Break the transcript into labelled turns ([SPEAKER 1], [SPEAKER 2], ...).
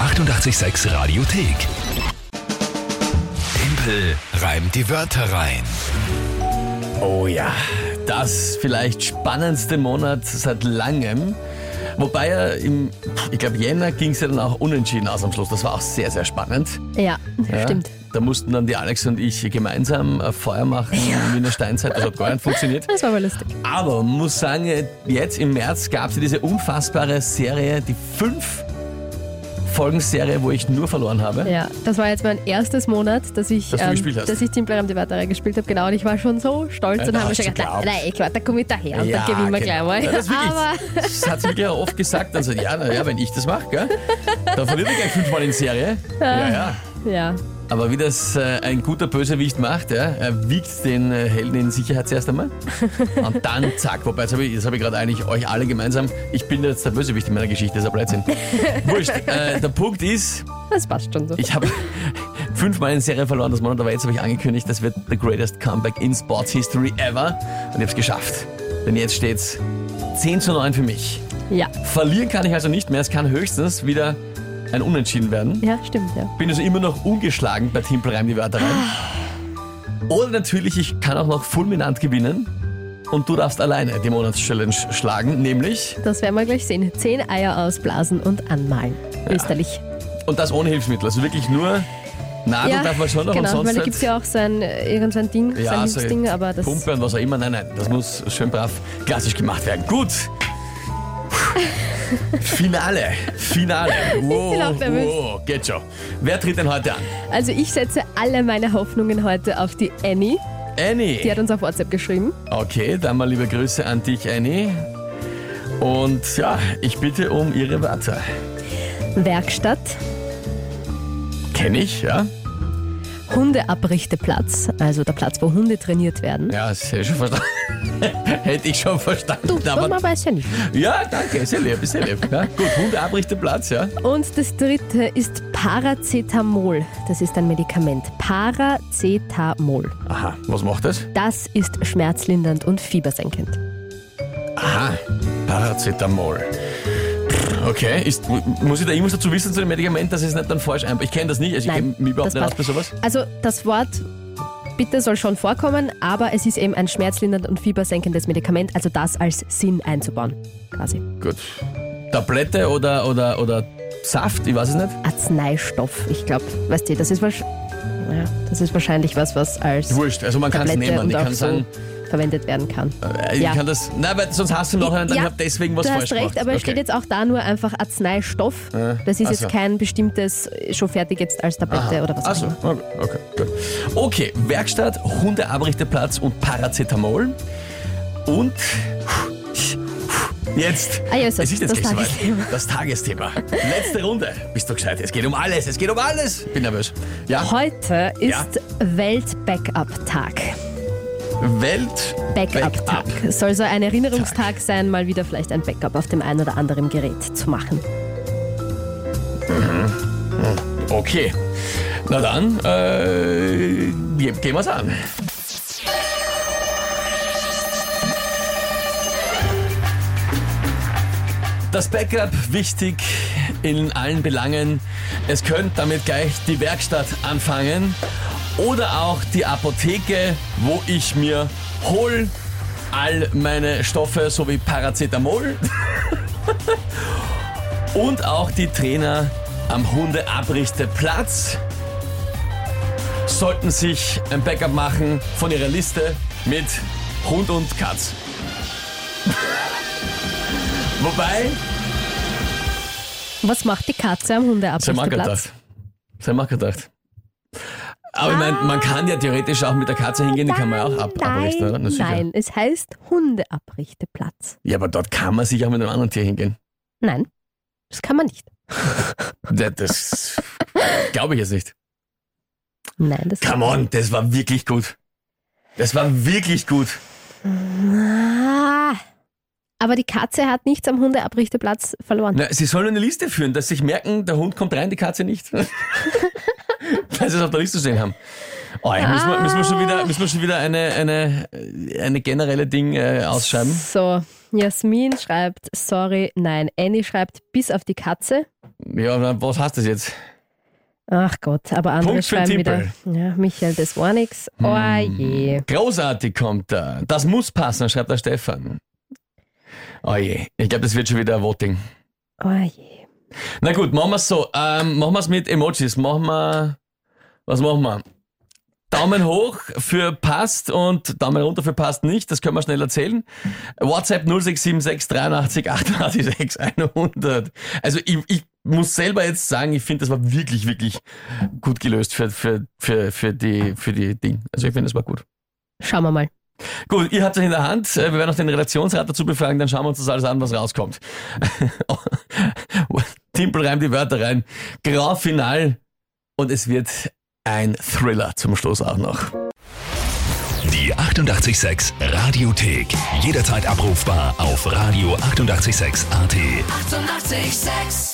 [SPEAKER 1] 886 Radiothek. Tempel reimt die Wörter rein.
[SPEAKER 2] Oh ja, das vielleicht spannendste Monat seit langem. Wobei ja im, ich glaube, Jänner ging es ja dann auch unentschieden aus am Schluss. Das war auch sehr, sehr spannend.
[SPEAKER 3] Ja,
[SPEAKER 2] Ja,
[SPEAKER 3] stimmt.
[SPEAKER 2] Da mussten dann die Alex und ich gemeinsam ein Feuer machen in Wiener Steinzeit. Das hat gar nicht funktioniert.
[SPEAKER 3] Das war aber lustig.
[SPEAKER 2] Aber man muss sagen, jetzt im März gab es ja diese unfassbare Serie, die fünf Folgen Serie, wo ich nur verloren habe.
[SPEAKER 3] Ja, das war jetzt mein erstes Monat, dass ich, ähm,
[SPEAKER 2] Dass du gespielt hast.
[SPEAKER 3] dass ich Tempel am die Warterei gespielt habe. Genau, und ich war schon so stolz
[SPEAKER 2] Ja,
[SPEAKER 3] und
[SPEAKER 2] da
[SPEAKER 3] habe mir
[SPEAKER 2] hast
[SPEAKER 3] schon
[SPEAKER 2] du
[SPEAKER 3] gedacht,
[SPEAKER 2] geglaubt.
[SPEAKER 3] nein, ich warte, komm ich daher und dann gewinnen
[SPEAKER 2] genau.
[SPEAKER 3] wir gleich
[SPEAKER 2] Ja,
[SPEAKER 3] mal.
[SPEAKER 2] das, ist wirklich,
[SPEAKER 3] aber
[SPEAKER 2] das hat sie wirklich auch oft gesagt. Dann so, ja, na, ja, wenn ich das mache, gell, dann verliert er gleich fünfmal in Serie. Ja, ja.
[SPEAKER 3] ja,
[SPEAKER 2] Aber wie das äh, ein guter Bösewicht macht, ja, er wiegt den äh, Helden in Sicherheit zuerst einmal und dann zack. Wobei, jetzt habe ich, jetzt habe ich gerade eigentlich euch alle gemeinsam, ich bin jetzt der Bösewicht in meiner Geschichte, das ist ein Blödsinn. Wurscht, äh, der Punkt ist,
[SPEAKER 3] das passt schon so.
[SPEAKER 2] ich habe fünfmal in Serie verloren das Monat, aber jetzt habe ich angekündigt, das wird the greatest comeback in Sports History ever und ich habe es geschafft. Denn jetzt steht's 10 zu 9 für mich.
[SPEAKER 3] Ja,
[SPEAKER 2] Verlieren kann ich also nicht mehr, es kann höchstens wieder ein Unentschieden werden
[SPEAKER 3] ja, stimmt, ja.
[SPEAKER 2] bin also immer noch ungeschlagen bei Timpelreim die Wörter rein. Oder natürlich, ich kann auch noch fulminant gewinnen und du darfst alleine die Monatschallenge schlagen, nämlich,
[SPEAKER 3] Das werden wir gleich sehen. Zehn Eier ausblasen und anmalen. Österlich.
[SPEAKER 2] und das ohne Hilfsmittel, also wirklich nur Nadel
[SPEAKER 3] ja,
[SPEAKER 2] Ah, darf man schon noch und
[SPEAKER 3] genau.
[SPEAKER 2] sonst
[SPEAKER 3] Ich meine, da
[SPEAKER 2] halt-
[SPEAKER 3] gibt es ja auch so ein, äh, irgend so ein Ding, so ein
[SPEAKER 2] Ja, so
[SPEAKER 3] Hilfsding, aber das...
[SPEAKER 2] Pumpe und was auch immer, nein, nein, das muss schön brav klassisch gemacht werden. Gut! Finale, Finale. Wow,
[SPEAKER 3] auch nervös.
[SPEAKER 2] wow, geht schon. Wer tritt denn heute an?
[SPEAKER 3] Also ich setze alle meine Hoffnungen heute auf die Annie.
[SPEAKER 2] Annie.
[SPEAKER 3] Die hat uns auf WhatsApp geschrieben.
[SPEAKER 2] Okay, dann mal liebe Grüße an dich, Annie. Und ja, ich bitte um Ihre Wörter.
[SPEAKER 3] Werkstatt,
[SPEAKER 2] Kenne ich, ja?
[SPEAKER 3] Hundeabrichteplatz, also der Platz, wo Hunde trainiert werden.
[SPEAKER 2] Ja, das hätte ich schon verstanden. hätte ich schon verstanden.
[SPEAKER 3] Du, man weiß ja nicht.
[SPEAKER 2] ja, danke, sehr lieb, sehr lieb. Ja, gut, Hunde abrichten Platz, ja?
[SPEAKER 3] Und das dritte ist Paracetamol. Das ist ein Medikament. Paracetamol.
[SPEAKER 2] Aha, was macht das?
[SPEAKER 3] Das ist schmerzlindernd und fiebersenkend.
[SPEAKER 2] Aha, Paracetamol. Okay, ist, mu- muss ich da irgendwas dazu wissen zu dem Medikament, dass ich es nicht dann falsch einbaue? Ich kenne das nicht, also ich
[SPEAKER 3] Nein,
[SPEAKER 2] kenne mich überhaupt
[SPEAKER 3] das
[SPEAKER 2] nicht aus bei
[SPEAKER 3] passt.
[SPEAKER 2] sowas.
[SPEAKER 3] Also das Wort bitte soll schon vorkommen, aber es ist eben ein schmerzlindernd und fiebersenkendes Medikament, also das als Sinn einzubauen. Quasi.
[SPEAKER 2] Gut. Tablette oder, oder, oder Saft, ich weiß es nicht.
[SPEAKER 3] Arzneistoff, ich glaube, weißt du, das ist wahrscheinlich. Ja, das ist wahrscheinlich was, was als
[SPEAKER 2] Wurscht, also man kann es
[SPEAKER 3] Tablette
[SPEAKER 2] nehmen. Ich
[SPEAKER 3] und auch
[SPEAKER 2] kann
[SPEAKER 3] so
[SPEAKER 2] sagen,
[SPEAKER 3] verwendet werden kann.
[SPEAKER 2] Äh, Ich
[SPEAKER 3] Ja.
[SPEAKER 2] kann das. Nein, weil sonst hast du im Nachhinein, dann ich habe deswegen was
[SPEAKER 3] du
[SPEAKER 2] falsch
[SPEAKER 3] hast recht,
[SPEAKER 2] gemacht.
[SPEAKER 3] aber es steht
[SPEAKER 2] Okay. Äh, also.
[SPEAKER 3] jetzt auch da nur einfach Arzneistoff. Das ist
[SPEAKER 2] ach so.
[SPEAKER 3] jetzt kein bestimmtes, äh, schon fertig jetzt als Tablette oder was auch
[SPEAKER 2] Achso,
[SPEAKER 3] immer.
[SPEAKER 2] okay, okay, gut. Okay, Werkstatt, Hundeabrichteplatz und Paracetamol. Und jetzt.
[SPEAKER 3] Ah, ja, ist das-
[SPEAKER 2] es ist jetzt
[SPEAKER 3] das
[SPEAKER 2] gleich soweit.
[SPEAKER 3] Tagesthema.
[SPEAKER 2] Das Tagesthema. Letzte Runde. Bist du gescheit? Es geht um alles. Es geht um alles. Bin nervös. Ja,
[SPEAKER 3] Heute ist
[SPEAKER 2] Ja.
[SPEAKER 3] Welt-Backup-Tag.
[SPEAKER 2] Welt.
[SPEAKER 3] Backup-Tag. Soll so ein Erinnerungstag sein, mal wieder vielleicht ein Backup auf dem einen oder anderen Gerät zu machen.
[SPEAKER 2] Okay. Na dann, äh, ge- gehen wir's an. Das Backup wichtig in allen Belangen. Es könnt damit gleich die Werkstatt anfangen oder auch die Apotheke, wo ich mir hol all meine Stoffe sowie Paracetamol und auch die Trainer am Hundeabrichteplatz sollten sich ein Backup machen von ihrer Liste mit Hund und Katz. Wobei,
[SPEAKER 3] Was macht die Katze am
[SPEAKER 2] das haben wir auch
[SPEAKER 3] Hundeabrichteplatz?
[SPEAKER 2] gedacht. Das haben wir auch gedacht. Aber ich meine, man kann ja theoretisch auch mit der Katze hingehen, die kann man ja auch ab abrichten, oder? Na
[SPEAKER 3] Nein,
[SPEAKER 2] sicher.
[SPEAKER 3] nein, es heißt Hundeabrichteplatz.
[SPEAKER 2] Ja, aber dort kann man sich auch mit einem anderen Tier hingehen.
[SPEAKER 3] Nein, das kann man nicht.
[SPEAKER 2] Ja, Das glaube ich jetzt nicht.
[SPEAKER 3] Nein, das
[SPEAKER 2] Come on, das war wirklich gut. Das war wirklich gut.
[SPEAKER 3] Ah. Aber die Katze hat nichts am Hundeabrichteplatz verloren.
[SPEAKER 2] Na, sie sollen eine Liste führen, dass sich merken, der Hund kommt rein, die Katze nicht. dass sie es auf der Liste stehen haben. Oh, ja, müssen, wir, müssen, wir schon wieder, müssen wir schon wieder eine, eine, eine generelle Ding äh, ausschreiben?
[SPEAKER 3] So, Jasmin schreibt, sorry, nein. Annie schreibt, bis auf die Katze.
[SPEAKER 2] Ja, na, was heißt das jetzt?
[SPEAKER 3] Ach Gott, aber andere
[SPEAKER 2] Punkt für Hm.
[SPEAKER 3] schreiben wieder.
[SPEAKER 2] Tippel.
[SPEAKER 3] Ja, Michael, das war nix. Oh je.
[SPEAKER 2] Großartig kommt da. Das muss passen, schreibt der Stefan. Oh je, ich glaube, das wird schon wieder ein Voting.
[SPEAKER 3] Oh je.
[SPEAKER 2] Na gut, machen wir es so. Ähm, machen wir es mit Emojis. Machen wir. Was machen wir? Daumen hoch für passt und Daumen runter für passt nicht. Das können wir schnell erzählen. WhatsApp 0676 83 88 6 100. Also ich, ich muss selber jetzt sagen, ich finde, das war wirklich, wirklich gut gelöst für, für, für, für die, für die Ding. Also ich finde, das war gut.
[SPEAKER 3] Schauen wir mal.
[SPEAKER 2] Gut, ihr habt es in der Hand. Äh, Wir werden auch den Redaktionsrat dazu befragen, dann schauen wir uns das alles an, was rauskommt. Timpel reimt die Wörter rein. Grau final. Und es wird ein Thriller zum Schluss auch noch.
[SPEAKER 1] Die 886 Radiothek. Jederzeit abrufbar auf radio886.at. 886! 886.
[SPEAKER 4] 886